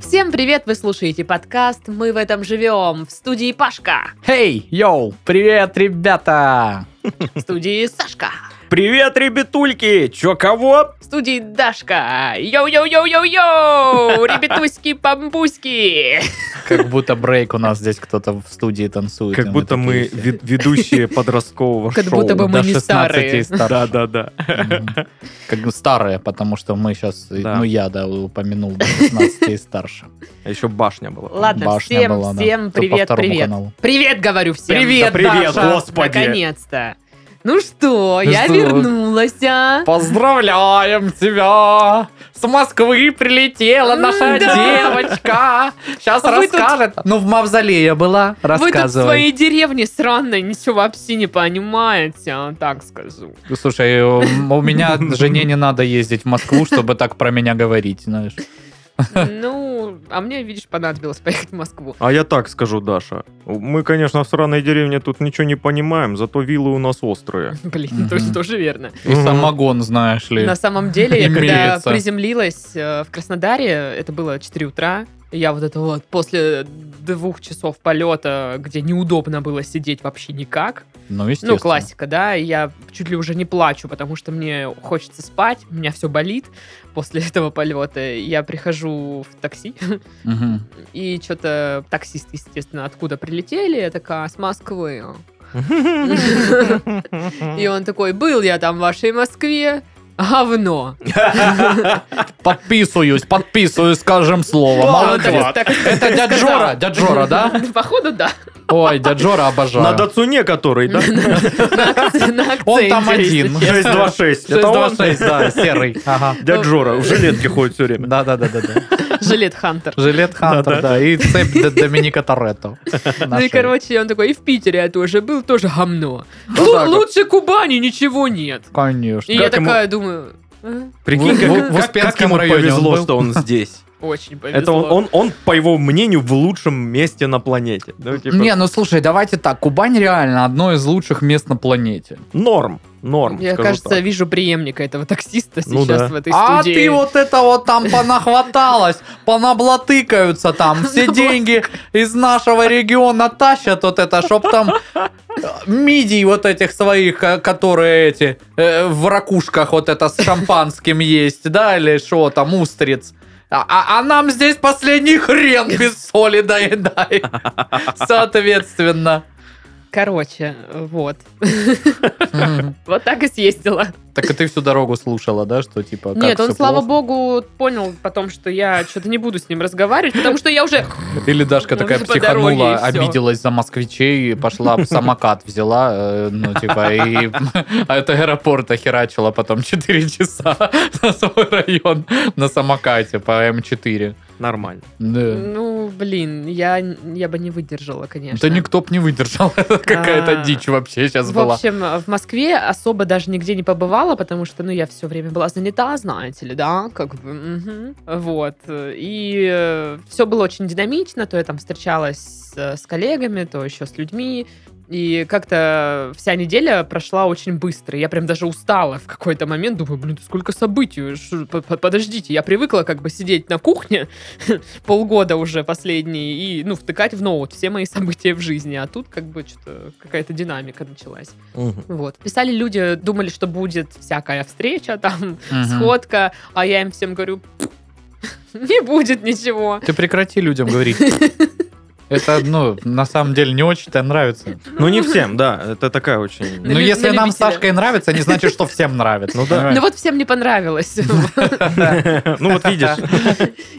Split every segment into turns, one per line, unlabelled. Всем привет, вы слушаете подкаст «Мы в этом живем» в студии Пашка,
Хей, йоу, привет, ребята!
в студии Сашка,
Привет, ребятульки! Чё, кого?
в студии Дашка. Йоу-йоу-йоу-йоу-йоу, ребятуськи-бамбуськи.
Как будто брейк у нас здесь кто-то в студии танцует. и
Как будто
такие
мы
все.
вед- ведущие подросткового
Как
шоу.
будто бы мы
До
не
16
старые.
стар-
Да, да, да.
Мгм. Как старые, потому что мы сейчас,
Да.
ну я, да, упомянул, до 16 и старше.
А еще башня была.
Ладно,
Башня
всем,
была, да.
всем
Кто по
привет,
второму
привет.
каналу.
Привет, говорю всем.
Привет, Да привет,
Даша.
господи.
Наконец-то. Ну что, я
что?
вернулась, а?
Поздравляем тебя! С Москвы прилетела
наша
девочка! Сейчас
расскажет.
Ну, в мавзолее я была,
Вы тут в
рассказывай.
своей деревне сраной ничего вообще не понимаете, а, так скажу.
Слушай, э, у меня жене не надо ездить в Москву, чтобы так про меня говорить, знаешь.
Ну, а мне, видишь, понадобилось поехать в Москву.
А я так скажу, Даша. Мы, конечно, в сраной деревне тут ничего не понимаем, зато виллы у нас острые.
Блин,
Мгм.
тоже, тоже верно.
И
Мгм.
самогон, знаешь ли.
На самом деле, я когда
Имеется.
приземлилась э, в Краснодаре, это было 4 утра, и я вот это вот после двух часов полета, где неудобно было сидеть вообще никак,
Ну, естественно.
ну, классика, да, и я чуть ли уже не плачу, потому что мне хочется спать, у меня все болит после этого полета. Я прихожу в такси,
Мгм.
и что-то таксист, естественно, откуда прилетели, я такая, «А, с Москвы. И он такой, был я там в вашей Москве, говно.
Подписываюсь, подписываюсь, скажем
А
слово. Молодец.
Это
Это дядь Жора, дядь Жора, да?
Походу, да.
Ой, дядь Жора обожаю.
На Дацуне который, да?
На акци- на
Он там
акценте,
один.
если честно.
626. Это он?
626, да, серый. Ага.
Ну,
Дядь Жора
э,
в жилетке ходит все время.
Да-да-да-да.
Жилет Хантер.
Жилет Хантер, да, и цепь Д- Доминика Торетто.
Ну и, короче, он такой, и в Питере я тоже был, тоже говно.
Ну
Лу-
так вот.
Лучше Кубани ничего нет. И
Конечно.
я
Как ему-
такая думаю, «А,
Прикинь,
В-
как-
в- в
как как
Успенском
ему
районе он
повезло,
был.
что он здесь.
очень повезло.
Это он, он, он, по его мнению, в лучшем месте на планете. Ну, типа,
Не, ну слушай, давайте так, Кубань реально одно из лучших мест на планете.
Норм, норм.
Я,
скажу
кажется,
так.
вижу преемника этого таксиста сейчас
Ну да.
в этой
А
студии.
ты вот это вот там понахваталась, понаблатыкаются там, все деньги из нашего региона тащат вот это, чтоб там э, мидий вот этих своих, э, которые эти э, в ракушках вот это с шампанским есть, да, или что там, устриц. А, а- а нам здесь последний хрен без соли доедай. Соответственно.
Короче, вот.
Мгм.
Вот так и съездила.
Так и ты всю дорогу слушала, да, что типа... как
Нет, он,
всё
слава
плохо?
богу, понял потом, что я что-то не буду с ним разговаривать, потому что я уже...
Или Дашка такая
Ну, По дороге
психанула,
и всё.
обиделась за москвичей, и пошла б самокат взяла, э, ну, типа, и от аэропорта херачила потом 4 часа на свой район на самокате по М4.
Нормально.
Да
Ну, блин, я, я бы не выдержала, конечно.
Да никто б не выдержал, это
А.
какая-то дичь вообще сейчас
В
была.
общем, э, в Москве особо даже нигде не побывала, потому что, ну, я все время была занята, знаете ли, да, как бы, мгм. вот. И все было очень динамично, то я там встречалась э, с коллегами, то еще с людьми, и как-то вся неделя прошла очень быстро. Я прям даже устала в какой-то момент. Думаю, блин, да сколько событий. э, Ш- по- по- Подождите, я привыкла как бы сидеть на кухне полгода уже последние и, ну, втыкать в ноут все мои события в жизни. А тут как бы что-то какая-то динамика началась. Вот. Писали люди, думали, что будет всякая встреча, там,
Мгм.
сходка, а я им всем говорю, «Пф, не будет ничего.
Ты прекрати людям говорить. Это, ну, на самом деле не очень-то нравится.
Ну, не всем, да. Это такая очень...
Но
лю-
если
на
нам с
любителя.
Сашкой нравится, не значит, что всем нравится.
Ну да.
понимаешь?
Ну вот всем не понравилось.
Ну, вот видишь.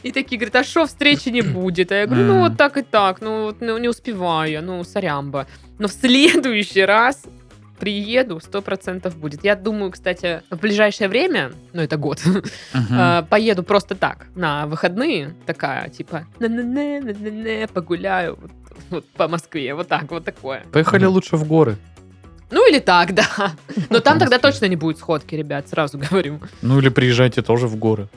И такие говорят, а что, встречи не будет? А я говорю, ну
Мгм.
вот так и так, ну вот, ну, не успеваю, я, ну сорямба. Но в следующий раз приеду, сто процентов будет. Я думаю, кстати, в ближайшее время, ну это год,
Мгм.
э, поеду просто так, на выходные, такая, типа, на-на-на, на-на-на, погуляю вот, вот по Москве, вот так, вот такое.
Поехали лучше в горы.
Ну или так, да. Но там тогда
Москве.
точно не будет сходки, ребят, сразу говорю.
Ну или приезжайте тоже в горы.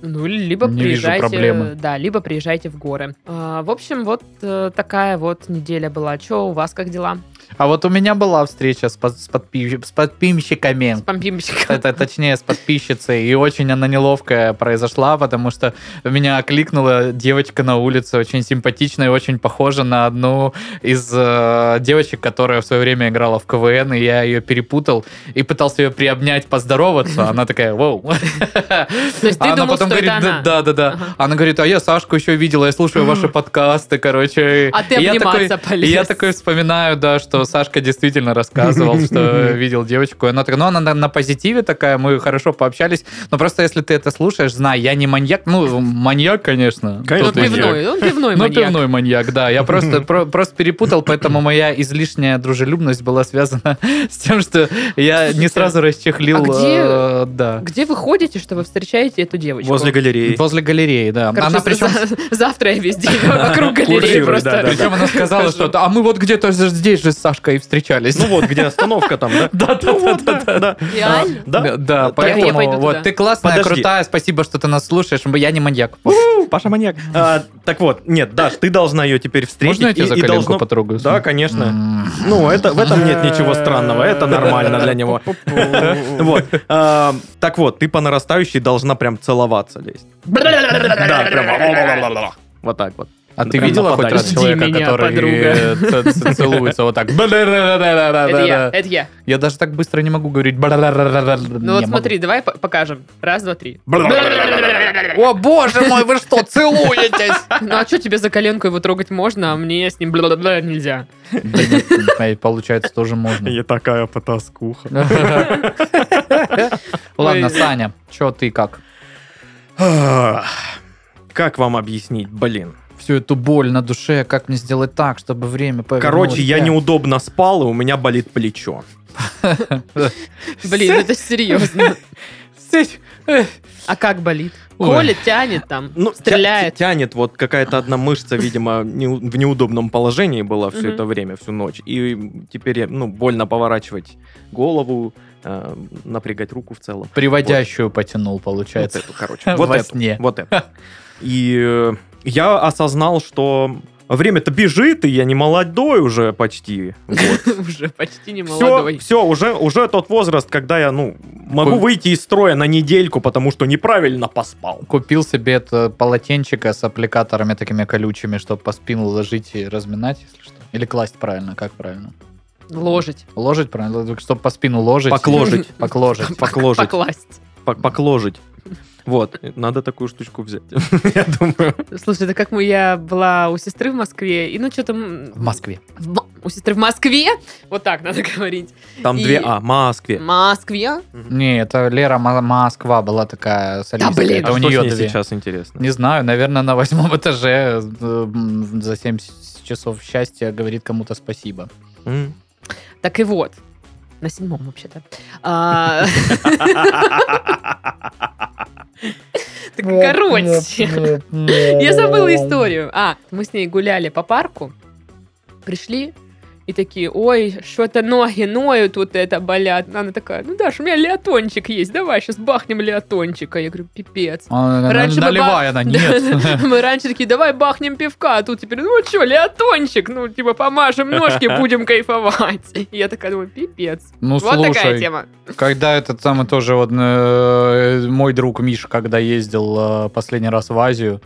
Ну, либо
Не вижу
приезжайте,
проблемы.
да, либо приезжайте в горы. А, в общем, вот э, такая вот неделя была. Че у вас как дела?
А вот у меня была встреча с, под- с подпи- с подпимщиками.
С помпимщиком.
Это, точнее, с подписчицей. И очень она неловкая произошла, потому что меня окликнула девочка на улице, очень симпатичная и очень похожа на одну из э, девочек, которая в свое время играла в КВН, и я ее перепутал и пытался ее приобнять, поздороваться. Она такая, вау.
То есть ты
А
думал, что
говорит,
это
«Да,
она?
да, да, да.
Ага.
Она говорит, а я Сашку еще видела, я слушаю ваши подкасты, короче.
А ты
И я
обниматься
такой-
полез.
И я такой вспоминаю, да, что Сашка действительно рассказывал, что видел девочку. И Она такая, ну она на- на позитиве такая, мы хорошо пообщались. Но просто если ты это слушаешь, знай, я не маньяк, ну маньяк, конечно.
Конечно,
Он
Тут и я.
Ну, пивной, он пивной
Ну,
маньяк.
пивной маньяк, да. Я просто, про- просто перепутал, поэтому моя излишняя дружелюбность была связана с тем, что я не
Слушайте,
сразу расчехлил...
а где-
э, да.
Где вы ходите, что вы встречаете эту девочку?
Возле галереи.
Возле галереи, да.
Короче,
Она причем
за- завтра я везде вокруг галереи
Курсирует, да, да,
просто.
да.
Причем она сказала, что а мы вот где-то же здесь же с Сашкой и встречались.
Ну вот, где остановка там, да?
Да, да,
Ну вот,
да, да.
да.
Реально?
Да,
Да,
я пойду
поэтому
туда.
вот ты классная,
Подожди.
крутая, спасибо, что ты нас слушаешь. Я не маньяк.
Фу, Паша маньяк. А, Так вот, нет, Даш, ты должна ее теперь встретить.
Можно я тебя за
и- и
коленку
должно-
потрогаю?
Да, конечно.
М.
Ну, это, в этом нет ничего странного, это нормально для него. Вот. а, Так вот, ты по нарастающей должна прям целоваться лезть. Да, прям. Вот так вот.
А ты
Прям
видела хоть
нападай.
раз
Жди
человека,
меня,
который э, ц- ц- целуется вот так?
Это я, это я.
Я даже так быстро не могу говорить.
Ну вот смотри, давай по- покажем. Раз, два, три.
О, боже мой, вы что, целуетесь?
Ну а что тебе за коленку его трогать можно, а мне с ним бла-бла-бла нельзя?
Да нет, э, Получается, тоже можно.
Я такая потаскуха.
Ладно,
Ой.
Саня, чё ты как?
Как вам объяснить, блин?
Всю эту боль на душе, как мне сделать так, чтобы время повернулось?
Короче, я неудобно спал, и у меня болит плечо.
Блин, это серьезно.
Эх.
А как болит?
Ой.
Колет, тянет там,
Ну, тя-
стреляет.
тянет, вот какая-то одна мышца, видимо, неу- в неудобном положении была все
Мгм.
это время, всю ночь. И теперь, ну, больно поворачивать голову, э, напрягать руку в целом.
Приводящую потянул,
Вот
получается.
эту, короче. Вот
Во
эту,
сне.
Вот эту. И э, я осознал, что время-то бежит, и я не молодой уже почти.
Уже почти не
Все,
молодой.
все, уже, уже тот возраст, когда я, ну, могу
Ой.
выйти из строя на недельку, потому что неправильно поспал.
Купил себе это полотенчика с аппликаторами такими колючими, чтобы по спину ложить и разминать, если что. Или класть правильно, как правильно?
Ложить.
Ложить правильно, чтобы по спину ложить.
Покложить.
Покложить.
Покложить.
Покласть.
пок- Покложить. Вот, надо такую штучку взять. Я думаю.
Слушай, это как мы, я была у сестры в Москве, и ну что там...
В Москве.
в Мо- У сестры в Москве? Вот так надо говорить.
Там
И-
две А, Москве.
Москве?
Не, это Лера Ма- Москва была такая солистка.
блин.
это
А
у
что с
нее
ней
две.
сейчас интересно?
Не знаю, наверное, на восьмом этаже э, м, за 7 часов счастья говорит кому-то спасибо.
М.
Так и вот. На седьмом вообще-то. А, Так, короче. Я забыла историю. А, мы с ней гуляли по парку, пришли и такие, ой, что-то ноги ноют, вот это болят. Она такая, ну Даша, у меня леотончик есть, давай сейчас бахнем леотончика. Я говорю, пипец.
Она, она,
Раньше мы
А, наливай, она, А нет.
Да, Мы раньше такие, давай бахнем пивка, а тут теперь, ну что, леотончик, ну типа помажем ножки, будем кайфовать. Я такая думаю, пипец.
Ну,
Вот такая
слушай,
тема.
когда этот самый тоже вот э, мой друг Миша, когда ездил э, последний раз в Азию,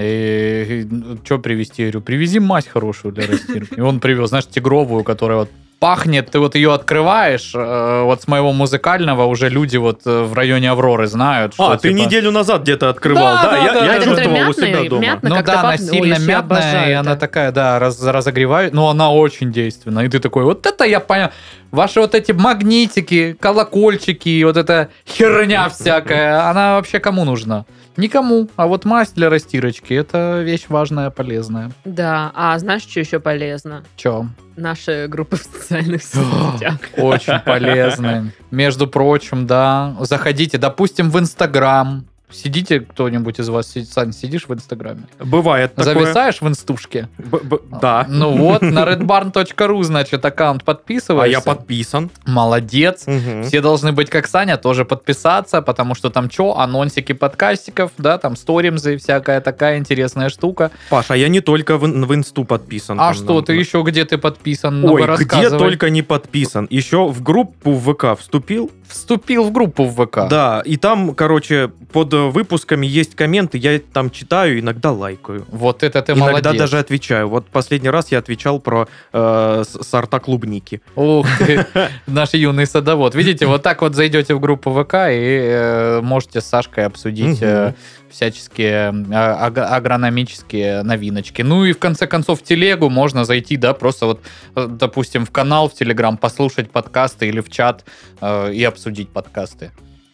и, что привезти? Я говорю, привези мазь хорошую для растирки. И он привез, знаешь, тигровую, которая вот пахнет, ты вот ее открываешь, э, вот с моего музыкального уже люди вот э, в районе Авроры знают, что
А, ты
типа-
неделю назад где-то открывал,
Да,
да?
да, да.
я- Я
Это
чувствовал
которая
у себя
мятная,
дома.
мятная?
Ну
как
да, она
добавлю. Ой,
сильно
еще
мятная,
обожаю
и
это.
она такая, да, раз, разогревает, но она очень действенна. И ты такой, вот это я понял. Ваши вот эти магнитики, колокольчики, и вот эта херня всякая, она вообще кому нужна? Никому. А вот мазь для растирочки, это вещь важная, полезная.
Да, а знаешь, что еще полезно?
Чё?
Наши группы в социальных соцсетях.
Очень полезная. Между прочим, да, заходите, допустим, в Инстаграм, Сидите, кто-нибудь из вас, си- Сань, сидишь в Инстаграме?
Бывает такое.
Зависаешь в инстушке?
Б- б- Да.
Ну вот, на redbarn.ru, значит, аккаунт подписываешься.
А я подписан.
Молодец.
Мгм.
Все должны быть, как Саня, тоже подписаться, потому что там что, анонсики подкастиков, да, там сторимзы, всякая такая интересная штука.
Паша, я не только в, ин- в инсту подписан.
А
там
что,
нам-
ты еще где ты подписан? Ну-ка,
Ой, где
рассказывай.
только не подписан. Еще в группу в ВК вступил.
Вступил в группу в ВК.
Да, и там, короче, под э, выпусками есть комменты, я там читаю, иногда лайкаю.
Вот это ты
иногда
молодец.
даже отвечаю. Вот последний раз я отвечал про э, с- сорта клубники.
Ух ты, наш юный садовод. Видите, вот так вот зайдете в группу ВК и э, можете с Сашкой обсудить э,
Мгм.
всяческие э, аг- агрономические новиночки. Ну и в конце концов в телегу можно зайти, да, просто вот, э, допустим, в канал, в Телеграм, послушать подкасты или в чат э, и обсудить подкасты.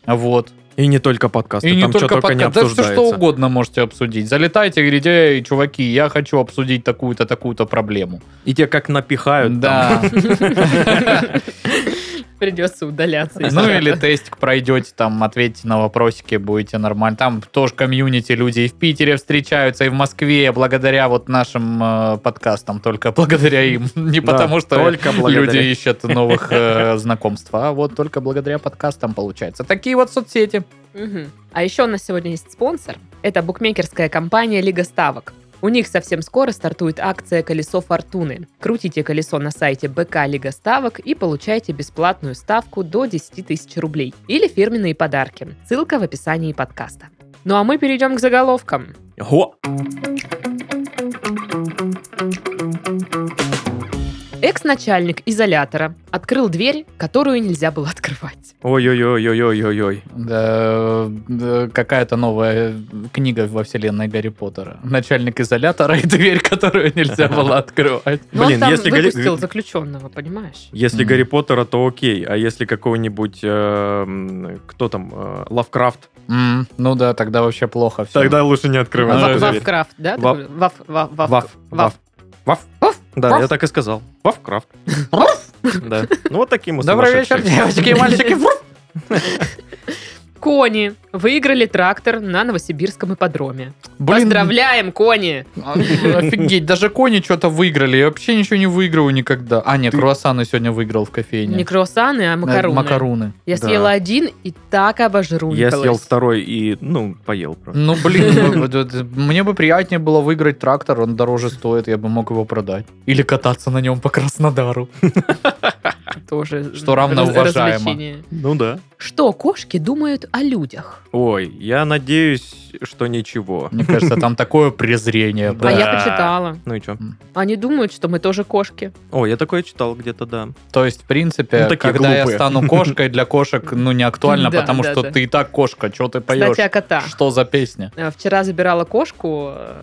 Вот.
И не только
И
подкасты, там
не только
что только не
подка- да все
обсуждается.
что угодно можете обсудить. Залетайте, говорите, «Эй, чуваки, я хочу обсудить такую-то, такую-то проблему.
И те как напихают.
Да.
Придется удаляться. из
Ну
чата.
или тестик пройдете, там ответите на вопросики, будете нормально. Там тоже комьюнити, люди и в Питере встречаются, и в Москве, благодаря вот нашим э, подкастам, только благодаря им. Не
Да,
потому что
только благодаря.
люди ищут новых э, знакомств, а вот только благодаря подкастам получается. Такие вот соцсети.
Мгм. А еще у нас сегодня есть спонсор. Это букмекерская компания «Лига ставок». У них совсем скоро стартует акция «Колесо фортуны». Крутите колесо на сайте БК «Лига ставок» и получайте бесплатную ставку до 10 тысяч рублей. Или фирменные подарки. Ссылка в описании подкаста. Ну а мы перейдем к заголовкам.
Го!
Экс-начальник изолятора открыл дверь, которую нельзя было открывать.
Ой-ой-ой-ой-ой-ой-ой.
Да, да, Какая-то новая книга во вселенной Гарри Поттера. Начальник изолятора и дверь, которую нельзя было открывать.
Но он
Блин,
Ну, а там
если говори-
выпустил заключенного, понимаешь?
Если
Мгм.
Гарри Поттера, то окей. А если какого-нибудь, э, м, кто там, э, Лавкрафт,
М, Ну да, тогда вообще плохо все.
тогда лучше не открывать.
Ну,
Вав-
эту дверь.
Вавкрафт, да?
Вав-
такой? Вав- вав- вав-
Вав. Вав.
Вав.
Вав.
Вав.
Да,
Вав.
я так и сказал. Вавкрафт. Да. Ну вот таким мы
Добрый вечер,
сумасшедшие.
девочки и мальчики.
Кони выиграли трактор на новосибирском ипподроме. Поздравляем, кони!
Офигеть, даже кони что-то выиграли. Я вообще ничего не выигрываю никогда. А, нет,
Ты-
круассаны сегодня выиграл в кофейне.
Не круассаны, а
Э,
макароны.
макароны.
Я
Да.
съела один и так обожру.
Я
Николай.
съел второй и, ну, поел просто.
Ну, блин, вот это- мне бы приятнее было выиграть трактор, он дороже стоит, я бы мог его продать. Или кататься на нем по Краснодару.
Тоже
Что равно
раз-
уважаемо.
развлечение.
Ну да.
Что кошки думают о людях?
Ой, я надеюсь, что ничего.
Мне кажется, там такое презрение.
Да.
А
прям.
я почитала.
Ну и что?
Они думают, что мы тоже кошки.
О, я такое читал где-то, да.
То есть, в принципе,
Ну, такие
когда я
глупые.
стану кошкой, для кошек, ну, не актуально,
Да,
потому
да,
что
да.
ты и так кошка, что ты поешь?
Кстати, а- о котах.
Что за песня?
Э, Вчера забирала кошку э,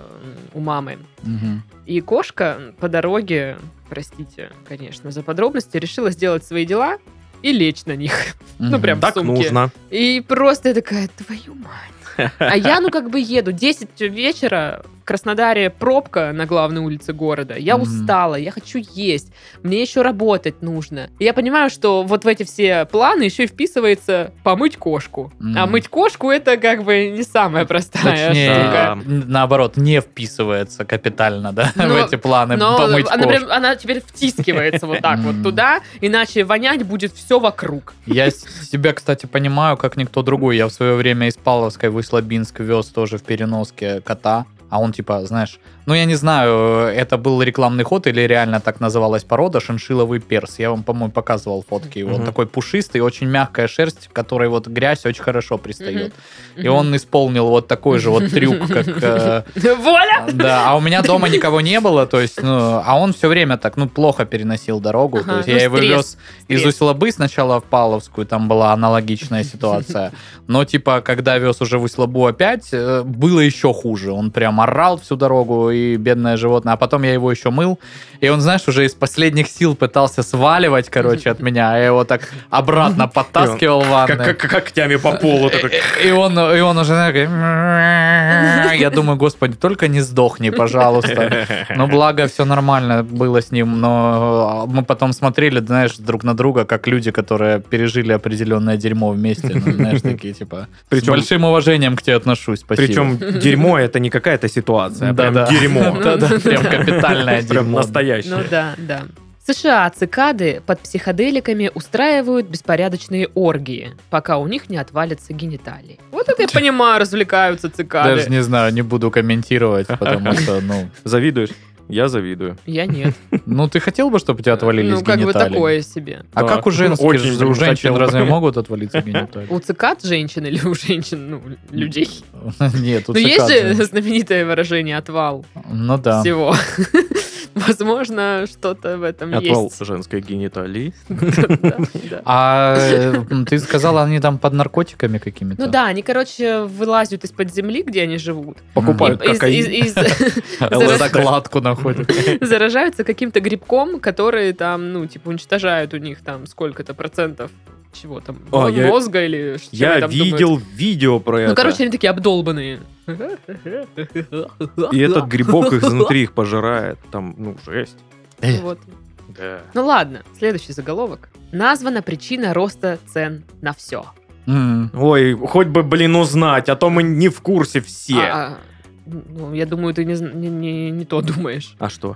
у мамы.
Мгм.
И кошка по дороге, простите, конечно, за подробности, решила сделать свои дела и лечь на них. Ну,
Мгм.
прям
Так
сумки.
нужно.
И просто я такая, твою мать. А я, ну, как бы еду. 10 вечера, в Краснодаре пробка на главной улице города. Я
Мгм.
устала, я хочу есть. Мне еще работать нужно. И я понимаю, что вот в эти все планы еще и вписывается помыть кошку.
Мгм.
А мыть кошку это как бы не самая простая штука.
Точнее,
штука.
н- наоборот, не вписывается капитально, да,
Но-
в эти планы
Ну, Но
помыть
она,
кошку.
прям- она теперь втискивается вот так вот
Мгм.
туда, иначе вонять будет все вокруг.
Я с- себя, кстати, понимаю, как никто другой. Я в свое время из Павловской в Ислабинск вез тоже в переноске кота. А он типа, знаешь, ну я не знаю, это был рекламный ход или реально так называлась порода, шиншиловый перс. Я вам, по-моему, показывал фотки. его. Он
Мгм.
такой пушистый, очень мягкая шерсть, в которой вот грязь очень хорошо пристает. И
Мгм.
он исполнил вот такой же вот трюк, как э,
Воля!
Да, а у меня дома никого не было, то есть, ну, а он все время так, ну, плохо переносил дорогу.
Ага,
то есть
ну,
я его
стресс,
вез из
стресс.
Усть-Лабы сначала в Павловскую, там была аналогичная ситуация. Но, типа, когда вез уже в Усть-Лабу опять, э, было еще хуже. Он прям орал всю дорогу, и бедное животное. А потом я его еще мыл, и он, знаешь, уже из последних сил пытался сваливать, короче, от меня. А я его так обратно подтаскивал в ванной.
Как, как, как когтями по полу. такой.
И и он, и он уже знаешь, такой, я думаю, господи, только не сдохни, пожалуйста. Но благо все нормально было с ним, но а, мы потом смотрели, знаешь, друг на друга, как люди, которые пережили определенное дерьмо вместе, ну, знаешь, такие типа. С
Причем-
большим уважением к тебе отношусь, спасибо.
Причем дерьмо это не какая-то ситуация, а прям
Да-да.
дерьмо.
Да-да, прям капитальное
Прям
дерьмо.
Ну
настоящее.
да, да. В США цикады под психоделиками устраивают беспорядочные оргии, пока у них не отвалятся гениталии. Вот это я понимаю, развлекаются цикады.
Даже не знаю, не буду комментировать, потому что, ну,
Завидуешь? Я завидую.
Я нет.
ну ты хотел бы, чтобы у тебя отвалились
Ну, как бы
гениталии?
такое себе.
А
Да.
как у женских?
Очень
у женщин
хотел бы.
разве могут отвалиться гениталии?
У цикад женщин или у женщин, ну, людей?
Нет, у
Ну, есть
цикад
же
же.
знаменитое выражение «отвал»
Ну да.
всего. Возможно, что-то в этом
Отвал
Ну, есть.
женской гениталии.
Да, да.
А э, ты сказала, они там под наркотиками какими-то?
Ну да, они, короче, вылазят из-под земли, где они живут.
Покупают
и- из- из- из-
Л- Закладку находят.
заражаются каким-то грибком, который там, ну, типа, уничтожают у них там сколько-то процентов чего там, ну,
А, я-
мозга или что они
Я
там думают.
видел видео про это.
Ну, короче, они такие обдолбанные.
И этот грибок их изнутри их пожирает. Там, ну, жесть. Э.
Вот.
Да.
Ну ладно, следующий заголовок. Названа причина роста цен на все.
М.
Ой, хоть бы, блин, узнать, а то мы не в курсе все.
А,
А, ну, я думаю, ты не, зн- не, не- не то думаешь.
А что?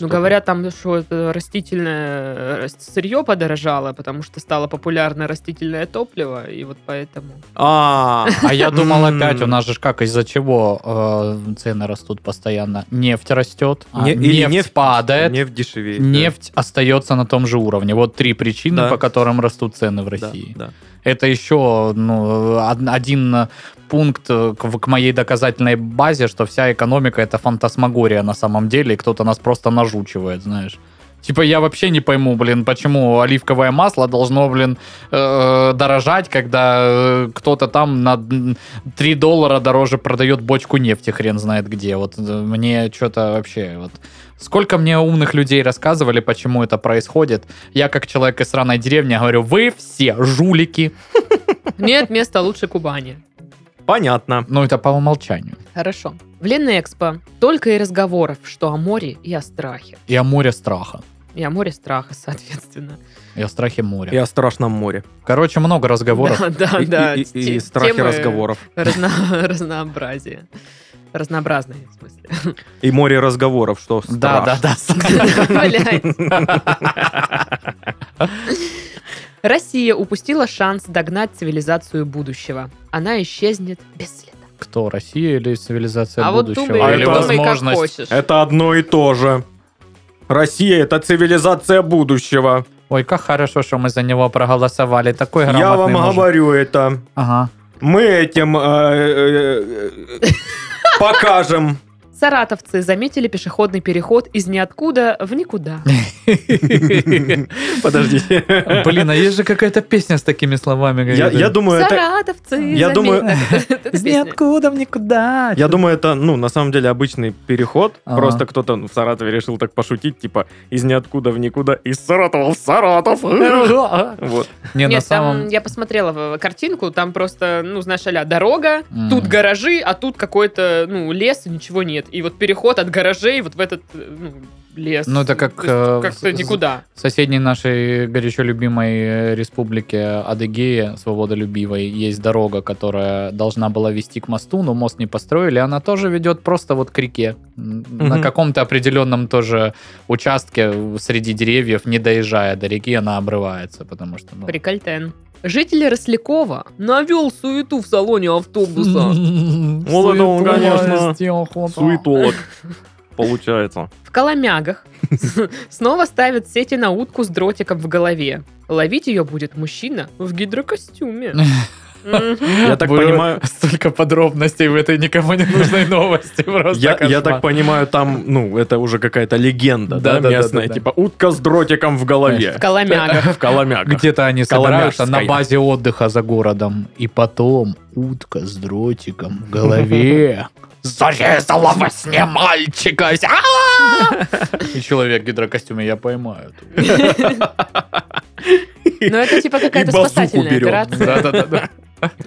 Ну,
Что
говорят там, что это растительное э, сырье подорожало, потому что стало популярно растительное топливо, и вот поэтому...
А,
А я думал
М.
опять, у нас же ж как, из-за чего э, цены растут постоянно? Нефть растет, а
Не- или
нефть
нефть-
падает,
нефть дешевеет. да.
нефть остается на том же уровне. Вот три причины,
Да.
по которым растут цены в
Да,
России.
да.
Это еще ну, од- один э, пункт э, к, в- к моей доказательной базе, что вся экономика это фантасмагория на самом деле, и кто-то нас просто нажучивает, знаешь. Типа я вообще не пойму, блин, почему оливковое масло должно, блин, э, дорожать, когда э, кто-то там на д- 3 доллара дороже продает бочку нефти, хрен знает где. Вот э, мне что-то вообще... Вот. Сколько мне умных людей рассказывали, почему это происходит. Я как человек из сраной деревни говорю, вы все жулики,
Нет места лучше Кубани.
Понятно.
Ну, это по умолчанию.
Хорошо. В Ленэкспо только и разговоров, что о море и о страхе.
И о море страха.
И о море страха, соответственно.
И о страхе моря.
И о страшном море.
Короче, много разговоров.
Да, да,
И-
да.
И, и- и
Те-
страхи
темы
разговоров.
разно- разнообразие. Разнообразные, в смысле.
И море разговоров, что
Да, да,
страшно.
да.
Блядь. Россия упустила шанс догнать цивилизацию будущего. Она исчезнет без следа.
Кто, Россия или цивилизация
а вот
будущего?
думай,
А
или
это
думай как
возможность?
хочешь.
Это одно и то же. Россия это цивилизация будущего.
Ой, как хорошо, что мы за него проголосовали. Такой грамотный
Я вам
мужик.
говорю это.
Ага.
Мы этим э, э, э, покажем.
Саратовцы заметили пешеходный переход из ниоткуда в никуда.
Подождите.
Блин, а есть же какая-то песня с такими словами.
Я,
говорит.
я думаю, это...
Саратовцы
Я думаю-
заметили. Это
Из
песня.
ниоткуда в никуда.
Я думаю, это, ну, на самом деле, обычный переход.
Ага.
Просто кто-то в Саратове решил так пошутить, типа, из ниоткуда в никуда, из Саратова в Саратов. Вот.
Не, на
Нет,
самом...
там я посмотрела в- картинку, там просто, ну, знаешь, а дорога,
Мгм.
тут гаражи, а тут какой-то, ну, лес, и ничего нет. И вот переход от гаражей вот в этот, э, ну, лес.
Ну, это как,
То есть
э,
Как-то
с-
никуда.
В соседней нашей горячо любимой э, республике Адыгея, свободолюбивой, есть дорога, которая должна была вести к мосту, но мост не построили. Она тоже ведет просто вот к реке. М, На
Мгм.
каком-то определенном тоже участке среди деревьев, не доезжая до реки, она обрывается, потому что... ну,
Прикольтен. Жители Рослякова навел суету в салоне автобуса.
Вот это он,
Суету
конечно,
сделал, вот он.
Суетолог. Получается.
В Коломягах снова ставят сети на утку с дротиком в голове. Ловить ее будет мужчина в гидрокостюме. Мгм.
Я так
Было
понимаю-
Столько подробностей в этой никому не нужной новости. Просто
Я, я
кошмар.
так понимаю, там, ну, это уже какая-то легенда, да,
Да-да-да-да-да.
местная, типа утка с дротиком в
В
голове.
Коломягах.
В Коломягах.
Где-то они собираются на
Коломяжская.
базе отдыха за городом. И потом утка с дротиком в голове зарезала во сне мальчика. А-а-а! И человек в гидрокостюме, я поймаю. эту».
Но это типа какая-то
И базуку
спасательная
берем.
операция.
Да-да-да.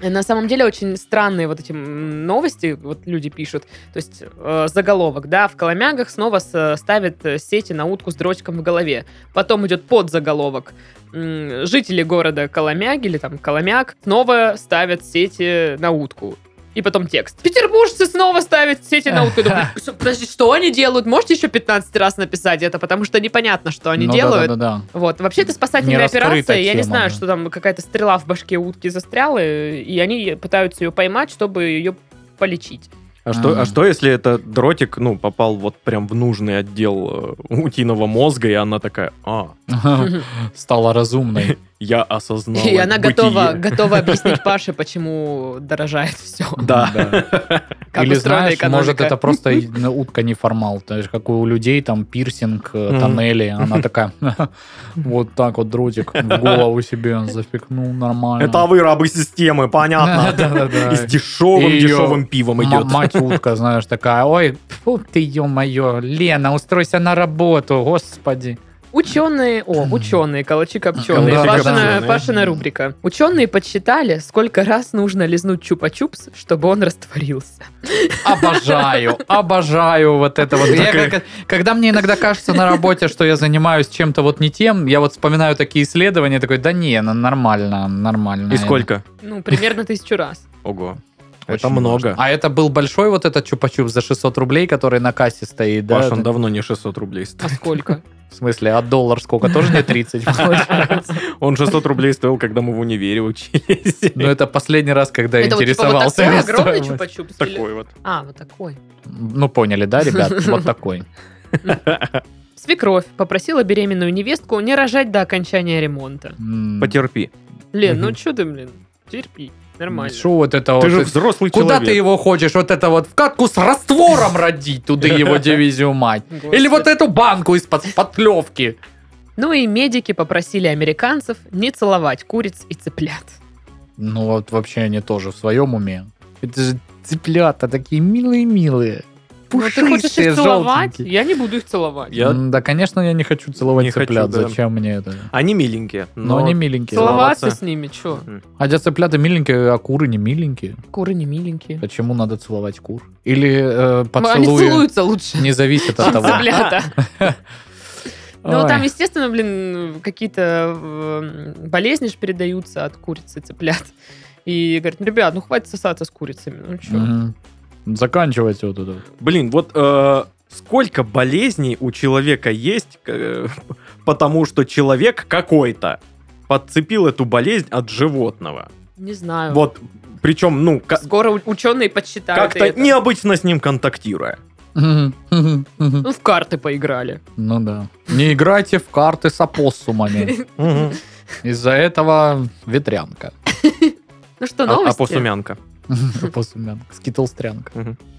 На самом деле очень странные вот эти м, новости, вот люди пишут. То есть э, заголовок, да, в Коломягах снова с- ставят э, сети на утку с дрочком в голове. Потом идет подзаголовок. М, Жители города Коломяг или там Коломяг снова ставят сети на утку. И потом текст. Петербуржцы снова ставят сети на утку. Я думаю, «С- подожди, что они делают? Можете еще 15 раз написать это, потому что непонятно, что они
Ну
делают.
да-да-да-да.
Вот, вообще это
Не
спасательная
раскрыта
операция. Я не
тема,
знаю,
да.
что там какая-то стрела в башке утки застряла, э, и они пытаются ее поймать, чтобы ее полечить.
А что,
А.
а что, если это дротик, ну, попал вот прям в нужный отдел э, утиного мозга, и она такая, а,
Стала разумной.
я осознала
ну,
и она
бытие».
готова, готова объяснить Паше, почему дорожает все.
Да.
Как
Или
устроена
знаешь,
экономика.
может это просто и- ну, утка неформал, то есть как у людей там пирсинг, э,
Мгм.
тоннели, она такая вот так вот дротик в голову себе запекнул нормально.
Это вы рабы системы, понятно.
Да-да-да.
И с дешевым,
И её
дешевым пивом
М-
идет.
Мать утка, знаешь, такая, ой, фу ты, ё-моё, Лена, устройся на работу, господи.
Ученые, о, ученые, калачи копченые,
Калачи
Пашина,
копченые.
Пашина рубрика. Ученые подсчитали, сколько раз нужно лизнуть чупа-чупс, чтобы он растворился.
Обожаю, обожаю вот это вот. Я
Такая-
как- когда мне иногда кажется на работе, что я занимаюсь чем-то вот не тем, я вот вспоминаю такие исследования, такой, да не, ну, нормально, нормально.
И сколько?
Ну, примерно тысячу раз.
Ого.
Очень
Это много.
А это был большой вот этот чупа-чуп за 600 рублей, который на кассе стоит, да?
Паш, он давно не 600 рублей
А
стоит.
сколько?
В смысле, а доллар сколько? Тоже не 30?
Получается.
Он 600 рублей стоил, когда мы в универе учились.
Но Ну, это последний раз, когда
Это вот типа вот
интересовался.
такой
её
огромный
стоимостью.
чупа-чупс? или-
Такой вот.
А, вот такой.
Ну, поняли, да, ребят? Вот такой.
Свекровь попросила беременную невестку не рожать до окончания ремонта.
М.
Потерпи.
Лен, ну
Мгм.
чё ты, блин, терпи, нормально.
Шо вот это вот?
Ты же взрослый
Куда
человек.
ты его хочешь? Вот это вот в катку с раствором родить, туда его дивизию мать.
Господи.
Или вот эту банку из-под подклевки.
Ну и медики попросили американцев не целовать куриц и цыплят.
Ну вот вообще они тоже в своем уме. Это же цыплята такие милые-милые.
ну, ты хочешь
Пушистые,
их целовать?
желтенькие.
Я не буду их целовать.
Я-
М, Да, конечно, я не хочу целовать
Не хочу,
цыплят.
да.
Зачем мне это?
Они миленькие.
Но, они миленькие. А
целовать.
Целоваться
целоваться.
с ними, чё?
Хотя цыплята миленькие, а куры не миленькие.
Куры не миленькие. Ну,
Почему надо целовать кур? Или э,
Они
поцелуи
целуются лучше,
не зависит от
чем
того.
цыплята. Ну,
Ой.
там, естественно, блин, какие-то э, болезни же передаются от курицы, цыплят. И говорят, ребят, ну хватит сосаться с курицами. Ну чё?
Мгм. Заканчивайте вот это.
Блин, вот э, сколько болезней у человека есть, э, потому что человек какой-то подцепил эту болезнь от животного.
Не знаю.
Вот, причем, ну, ка-
Скоро у- ученые подсчитают
как-то
это.
необычно с ним контактируя.
Мгм. Мгм. Мгм.
Ну, в карты поиграли.
Ну да. Не играйте в карты с опоссумами.
Мгм.
Из-за этого ветрянка.
Ну что,
А-
новости?
Опоссумянка.
Опоссумянка. Скитлстрянка.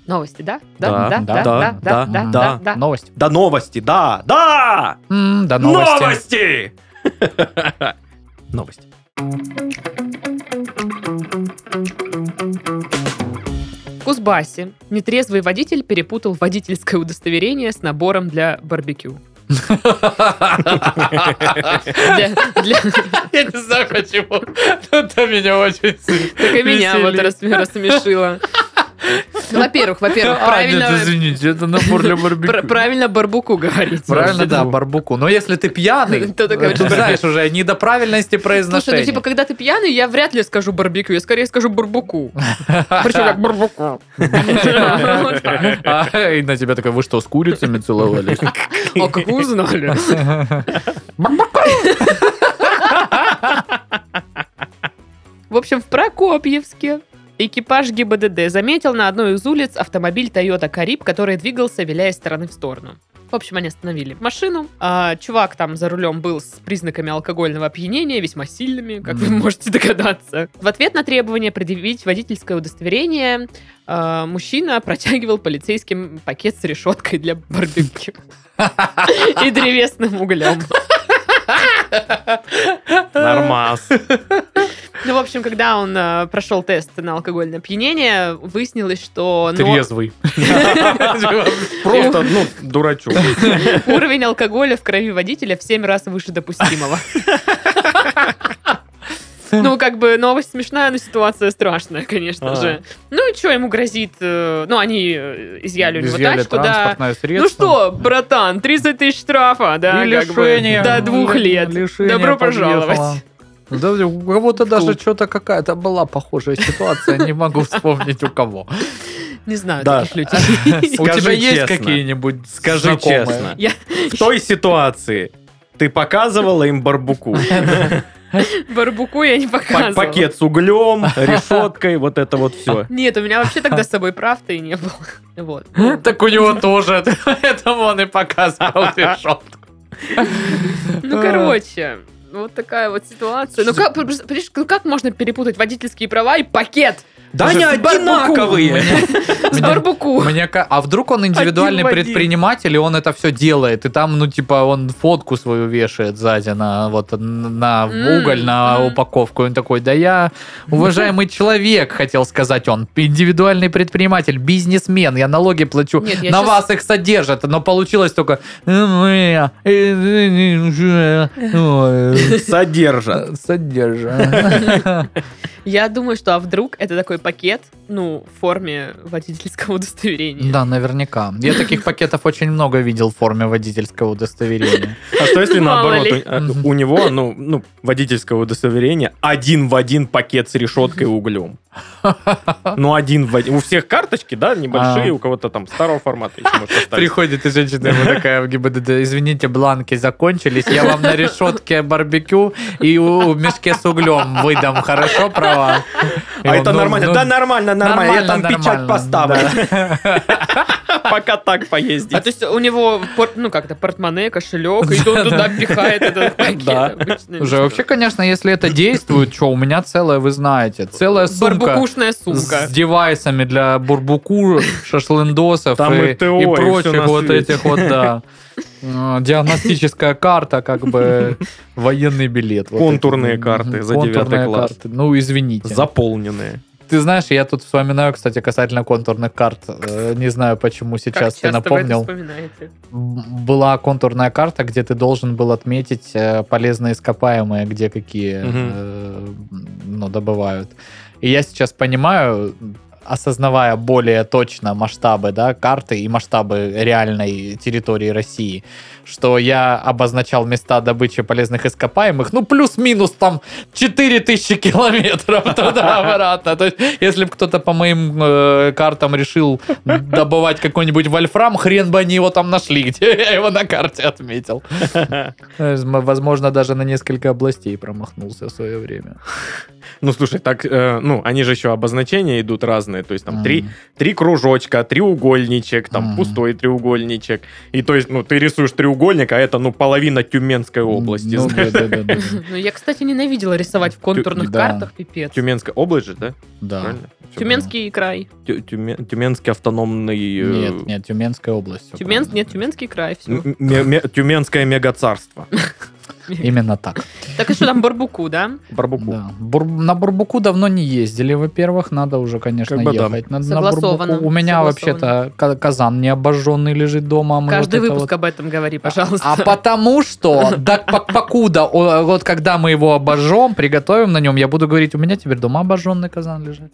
Новости, да?
Да,
да, да, да, да, да, да, да.
Новость.
Да новости, да, да!
М, Да, новости.
Новости! Новости.
В Кузбассе нетрезвый водитель перепутал водительское удостоверение с набором для барбекю. Для- для-
Я не знаю почему. Это меня очень сильно.
Так и меня вот рас- рассмешило. Ну, Во-первых, во-первых,
А, нет,
правильно...
извините, это набор для
пр-
барбекю.
Правильно барбуку говорить.
Правильно, да, барбуку. Но если ты пьяный,
Ты такой,
ты знаешь уже не до правильности
Слушай, ну
произношения.
типа, когда ты пьяный, я вряд ли скажу барбекю, я скорее скажу барбуку. Причем как барбуку. Вот так.
А, И на тебя такой, вы что, с курицами целовались?
А как вы узнали? В общем, в Прокопьевске экипаж ГИБДД заметил на одной из улиц автомобиль Toyota Кариб, который двигался, виляя из стороны в сторону. В общем, они остановили машину. а чувак там за рулем был с признаками алкогольного опьянения, весьма сильными, как вы
Мгм.
можете догадаться. В ответ на требование предъявить водительское удостоверение а, мужчина протягивал полицейским пакет с решеткой для барбекю и древесным углем.
Нормас.
Ну, в общем, когда он э, прошел тест на алкогольное опьянение, выяснилось, что ну,
Трезвый.
Просто, ну, дурачок.
уровень алкоголя в крови водителя в 7 раз выше допустимого. Ну, как бы новость смешная, но ситуация страшная, конечно
Ага.
же.
А.
Ну и что ему грозит? э, Ну, они э, изъяли у него
Изъяли
тачку, да.
транспортное
Ну
средство.
что, братан, 30 тысяч штрафа, да,
И
как бы,
лишение. Ну,
до двух лет.
Лишение
Добро
подъехало.
пожаловать.
Да, у кого-то даже
клуб.
что-то какая-то была похожая ситуация, не могу вспомнить у кого.
Не знаю
Да.
таких людей.
У
Скажи
тебя есть
честно.
какие-нибудь
Скажи
знакомые?
честно.
Я-
В той ситуации ты показывала им барбуку?
Барбуку я не
Пак-
показывала.
Пакет с углем, решеткой, вот это вот все.
Нет, у меня вообще тогда с собой прав-то и не было. Вот.
Так у него тоже, поэтому он и показывал решетку.
Ну, короче, вот такая вот ситуация. Ну как, понимаешь, ну как можно перепутать водительские права и пакет
Да
они
они
одинаковые.
одинаковые.
с барбуку?
Мне ка- а вдруг он индивидуальный
Один в один.
предприниматель, и он это все делает, и там, ну, типа, он фотку свою вешает сзади на вот н- на
М,
уголь, на
м.
упаковку, и он такой, да я уважаемый человек, хотел сказать он, индивидуальный предприниматель, бизнесмен, я налоги плачу,
Нет, я
на
щас-
вас их содержат, но получилось только «Э,
Содержат.
содержат.
Я думаю, что а вдруг это такой пакет, ну, в форме водительского удостоверения.
Да, наверняка. Я таких пакетов очень много видел в форме водительского удостоверения.
А что если
Ну, мало
наоборот,
ли.
у- э, у него, ну, ну, водительского удостоверения один в один пакет с решеткой и углем. Ну, один в один. У всех карточки, да, небольшие,
А.
у кого-то там старого формата еще может остаться.
Приходит и женщина ему такая в ГИБДД, извините, бланки закончились, я вам на решетке барбекю и у- в мешке с углем выдам, хорошо, права? И
А
он,
это
«Ну,
нормально,
ну,
да нормально, нормально, я там
нормально,
печать
нормально,
поставлю. Пока так
А
поездить.
то есть у него, пор- ну как-то, портмоне, кошелек, и он туда пихает этот пакет.
Да.
обычно.
Уже вообще, конечно, если это действует, что у меня целая, вы знаете, целая сумка.
Барбукушная сумка.
С девайсами для бурбуку, шашлындосов
Там
и,
и ТО,
и
и всё
прочих
на
вот
свете.
этих вот, да. Э, Диагностическая карта, как бы военный билет. Вот
Контурные
эти,
карты
мгм,
за девятый
контурные
класс.
карты. Ну, извините.
Заполненные.
Ты знаешь, я тут вспоминаю, кстати, касательно контурных карт. Э, Не знаю, почему
Как
сейчас ты
часто вы это
напомнил.
вспоминаете?
М, Была контурная карта, где ты должен был отметить э, полезные ископаемые, где какие
Мгм.
э, ну, добывают. И я сейчас понимаю, осознавая более точно масштабы да, карты и масштабы реальной территории России, что я обозначал места добычи полезных ископаемых, ну, плюс-минус там 4000 километров туда-обратно. То есть, если бы кто-то по моим э, картам решил добывать какой-нибудь вольфрам, хрен бы они его там нашли, где я его на карте отметил. Э, Возможно, даже на несколько областей промахнулся в свое время.
Ну, слушай, так, э, ну, они же еще обозначения идут разные, то есть там три,
Мгм.
три кружочка, треугольничек, там
Мгм.
пустой треугольничек. И то есть, ну, ты рисуешь треугольник, а это, ну, половина Тюменской области.
Ну,
знаешь.
да-да-да-да.
Ну, я, кстати, ненавидела рисовать в контурных
да.
картах, пипец.
Тюменская область же, да?
Да.
Правильно? Всё
Тюменский край.
правильно. Тю- Тюме- Тюменский автономный... э,
Нет, нет, Тюменская область. всё
Тюменск,
правильно.
нет, Тюменский край, все.
м- ме- ме- Тюменское мегацарство.
Именно так.
Так и что там, Барбуку, да?
Барбуку.
Да. Бур- на Бурбуку давно не ездили, во-первых, надо уже, конечно,
Как бы да.
ехать. На, на
Согласовано,
Бурбуку. У меня
согласовано.
вообще-то ка- казан необожженный лежит дома. а мы
Каждый
вот это
выпуск
вот-
об этом говори,
А
пожалуйста.
потому что, да, пок- покуда, о, вот когда мы его обожжем, приготовим на нем, я буду говорить, у меня теперь дома обожженный казан лежит.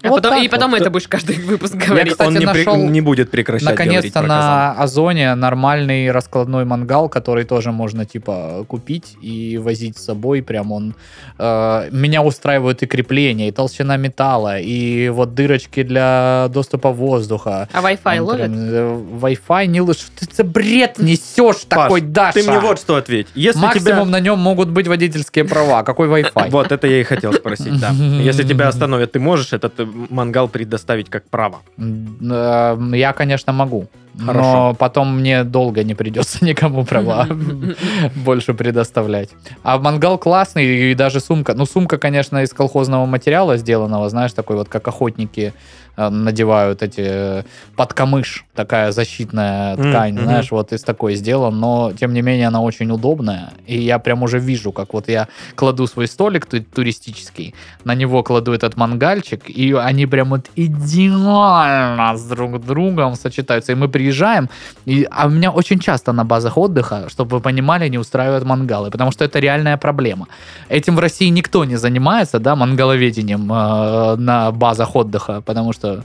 А
Вот
потом-
так
И потом
вот.
это будешь каждый выпуск говорить.
кстати,
Он не при-
нашел-
не будет прекращать говорить
Наконец-то
про казан.
на Озоне нормальный раскладной мангал, который тоже можно типа купить и возить с собой. Прям он э, меня устраивают и крепление, и толщина металла, и вот дырочки для доступа воздуха.
А Wi-Fi
Он прям,
ловит?
э, Wi-Fi не ловит. Что ты за бред несешь такой, Даша?
Ты мне вот что ответь. Если тебя...
Максимум на нем могут быть водительские права. Какой Wi-Fi?
Вот, это я и хотел спросить, да. Если тебя остановят, ты можешь этот э, мангал предоставить как право?
М, э, Я, конечно, могу. Но
Хорошо.
потом мне долго не придется никому права больше предоставлять. А мангал классный, и даже сумка. Ну, сумка, конечно, из колхозного материала сделанного, знаешь, такой вот, как охотники э, надевают эти э, под камыш, такая защитная
Мгм,
ткань,
мгм.
знаешь, вот из такой сделан, но, тем не менее, она очень удобная, и я прям уже вижу, как вот я кладу свой столик ту- туристический, на него кладу этот мангальчик, и они прям вот идеально с друг другом сочетаются. И мы приезжаем, и, а у меня очень часто на базах отдыха, чтобы вы понимали, не устраивают мангалы, потому что это реальная проблема. Этим в России никто не занимается, да, мангаловедением э, на базах отдыха, потому что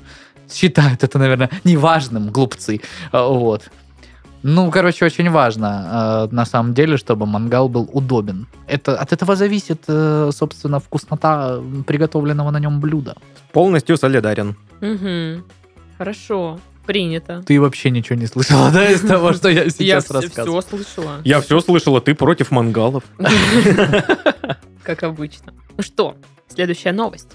считают это, наверное, неважным, глупцы. Э, вот. Ну, короче, очень важно, э, на самом деле, чтобы мангал был удобен. Это, от этого зависит, э, собственно, вкуснота э, приготовленного на нем блюда.
Полностью солидарен.
Мгм. Хорошо, принято.
Ты вообще ничего не слышала, да, из того, что я сейчас рассказываю?
все слышала.
Я все слышал, а ты против мангалов.
Как обычно. Ну что, следующая новость.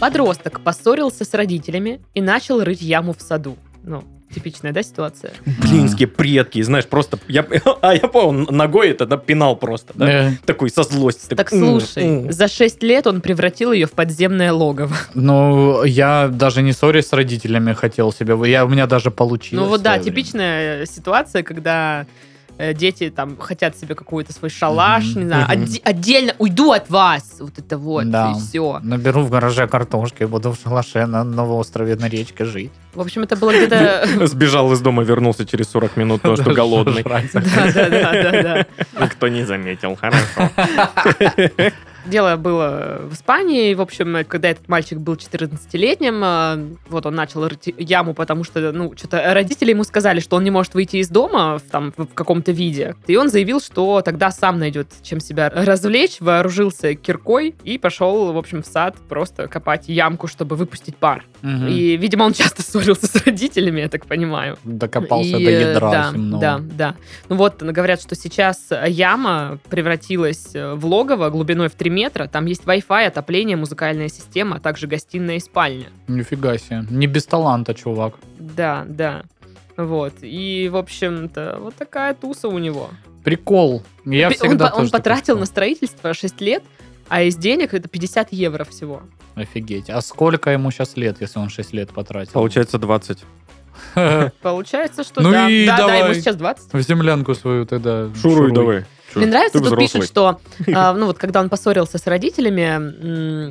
Подросток поссорился с родителями и начал рыть яму в саду. Ну, типичная, да, ситуация?
Блинские предки, знаешь, просто... Я, а я понял, ногой это да, пинал просто, да?
Э,
Такой со злости.
Так
«М,
слушай,
м».
за 6 лет он превратил ее в подземное логово.
Ну, я даже не ссорясь с родителями хотел себе. Я, у меня даже получилось.
Ну вот да,
в свое время.
типичная э, ситуация, когда э, дети там хотят себе какой-то свой шалаш,
Мгм.
не знаю,
Мгм.
отде- отдельно уйду от вас. Вот это вот,
Да.
и все.
Наберу в гараже картошки, буду в шалаше на, на острове, на речке жить.
В общем, это было где-то...
Сбежал из дома, вернулся через 40 минут, потому что голодный.
Жрать.
Да, да, да, да, да.
Никто а не заметил, хорошо.
Дело было в Испании, и, в общем, когда этот мальчик был 14-летним, э, вот он начал рыть яму, потому что, ну, что-то родители ему сказали, что он не может выйти из дома в, там, в каком-то виде. И он заявил, что тогда сам найдет, чем себя развлечь, вооружился киркой и пошел, в общем, в сад просто копать ямку, чтобы выпустить пар.
Мгм.
И, видимо, он часто ссорился с родителями, я так понимаю.
Докопался
И,
до
э,
ядра
да,
земного.
Да, да. Ну вот, говорят, что сейчас яма превратилась э, в логово глубиной в 3 метра. Там есть Wi-Fi, отопление, музыкальная система, а также гостиная и спальня.
Нифига себе. Не без таланта, чувак.
Да, да. Вот. И, в общем-то, вот такая туса у него.
Прикол. Я
Он
всегда
по- он
тоже такой
потратил
чувак.
на строительство 6 лет, а из денег это 50 евро всего.
Офигеть. А сколько ему сейчас лет, если он 6 лет потратил?
Получается 20.
Получается, что
Ну
да.
и
да, да,
давай.
ему сейчас 20.
В землянку свою тогда.
Шуруй давай.
Мне нравится,
Ты
тут
взрослый.
пишут, что, а, ну вот, когда он поссорился с родителями,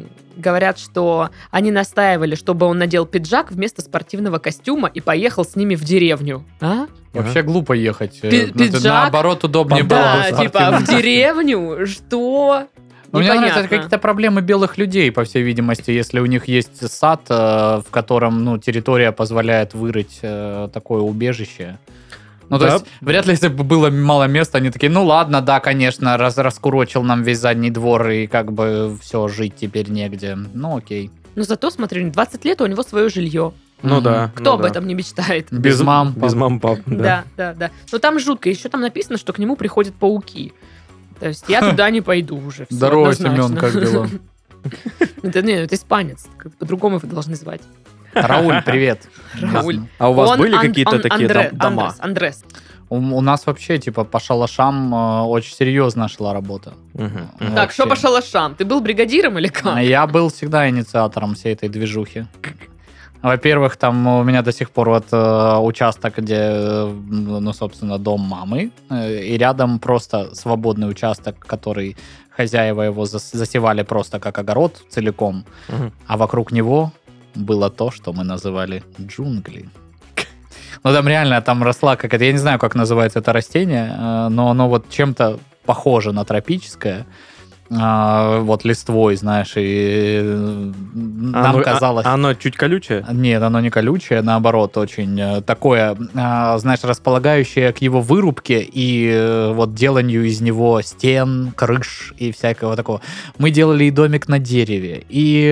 м, говорят, что они настаивали, чтобы он надел пиджак вместо спортивного костюма и поехал с ними в деревню. А?
Вообще глупо ехать. э,
Пи-
ну, это
пиджак?
Наоборот, удобнее было. бы
да,
в
типа,
спортивном.
в деревню? Что?
Ну, мне нравится, это
Непонятно.
какие-то проблемы белых людей, по всей видимости, если у них есть сад, э, в котором ну, территория позволяет вырыть э, такое убежище. Ну, то
Да.
есть, вряд ли, если бы было мало места, они такие, ну, ладно, да, конечно, раз, раскурочил нам весь задний двор, и как бы все, жить теперь негде. Ну, окей.
Ну, зато, смотри, 20 лет а у него свое жилье.
Ну
Мгм.
да.
Кто
ну
об
да.
этом не мечтает?
Без мам, пап.
Без мам, пап. Да.
Да, да, да. Но там жутко. Еще там написано, что к нему приходят пауки. То есть я туда не пойду уже. всё
Здорово,
однозначно.
Семен, как дела?
Это, не, это испанец. как- По-другому вы должны звать.
Рауль, привет.
Рауль.
А у вас
Он
были
Ан-
какие-то
он
такие
Андре-
дом- дома?
Андрес, Андрес.
У, у нас вообще, типа, по шалашам э, очень серьезно шла работа.
Мгм,
Ну,
мгм.
Так, что по шалашам? Ты был бригадиром или
А
как?
Я был всегда инициатором всей этой движухи. Во-первых, там у меня до сих пор вот э, участок, где, э, ну, собственно, дом мамы, э, и рядом просто свободный участок, который хозяева его зас- засевали просто как огород целиком,
Мгм.
а вокруг него было то, что мы называли джунгли. Ну там реально, там росла какая-то, я не знаю, как называется это растение, э, но оно вот чем-то похоже на тропическое, а, вот листвой, знаешь, и э, нам
Оно- а-
казалось...
Оно чуть колючее?
А, Нет, оно не колючее, наоборот, очень э, такое, а, знаешь, располагающее к его вырубке и э, вот деланию из него стен, крыш и всякого такого. Мы делали и домик на дереве, и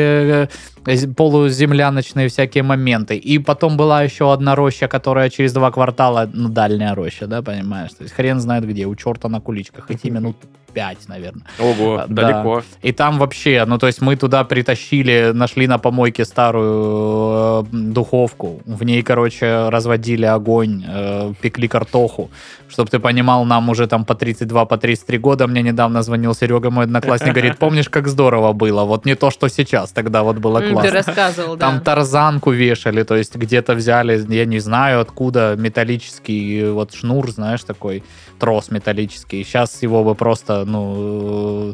э, зи- полуземляночные всякие моменты. И потом была еще одна роща, которая через два квартала, ну, дальняя роща, да, понимаешь? То есть хрен знает где, у черта на куличках. Идти минут пять, наверное.
Ого,
Да.
далеко.
И там вообще, ну, то есть мы туда притащили, нашли на помойке старую э, духовку. В ней, короче, разводили огонь, э, пекли картоху. Чтобы ты понимал, нам уже там по 32, по 33 года. Мне недавно звонил Серега, мой одноклассник, говорит, помнишь, как здорово было? Вот не то, что сейчас, тогда вот было
М, Ты
классно.
рассказывал, да.
Там тарзанку вешали, то есть где-то взяли, я не знаю откуда, металлический вот шнур, знаешь, такой трос металлический. Сейчас его бы просто, ну,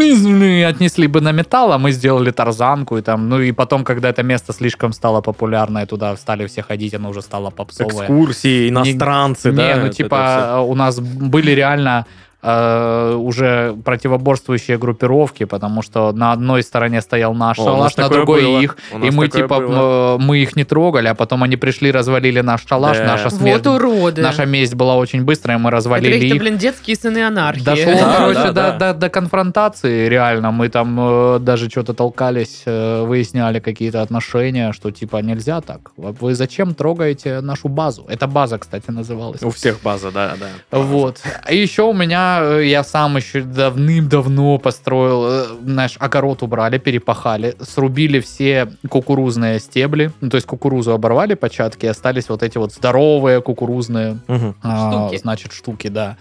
э, отнесли бы на металл, а мы сделали тарзанку и там, ну и потом, когда это место слишком стало популярное, туда стали все ходить, оно уже стало попсовое.
Экскурсии, иностранцы,
Не,
да?
ну
это
типа у нас были реально э, уже противоборствующие группировки, потому что на одной стороне стоял наш
О, у
шалаш,
нас
на
такое
другой
было.
их,
У
и
нас
мы
такое
типа
было.
э, мы их не трогали, а потом они пришли, развалили наш шалаш,
Да.
наша
Вот
смерть,
Вот уроды.
наша месть была очень быстрая, мы
Это
развалили
какие-то,
их.
блин, детские сыны анархии.
Дошло,
Да,
короче, до,
да, да.
до- до конфронтации, реально. Мы там э, даже что-то толкались, э, выясняли какие-то отношения, что типа нельзя так. Вы зачем трогаете нашу базу? Это база, кстати, называлась.
всё. У всех база, да, да.
Вот. А еще у меня, э, я сам еще давным-давно построил, э, знаешь, огород убрали, перепахали, срубили все кукурузные стебли, ну, то есть кукурузу оборвали початки, и остались вот эти вот здоровые кукурузные,
Мгм.
а,
Штуки.
значит, штуки, да.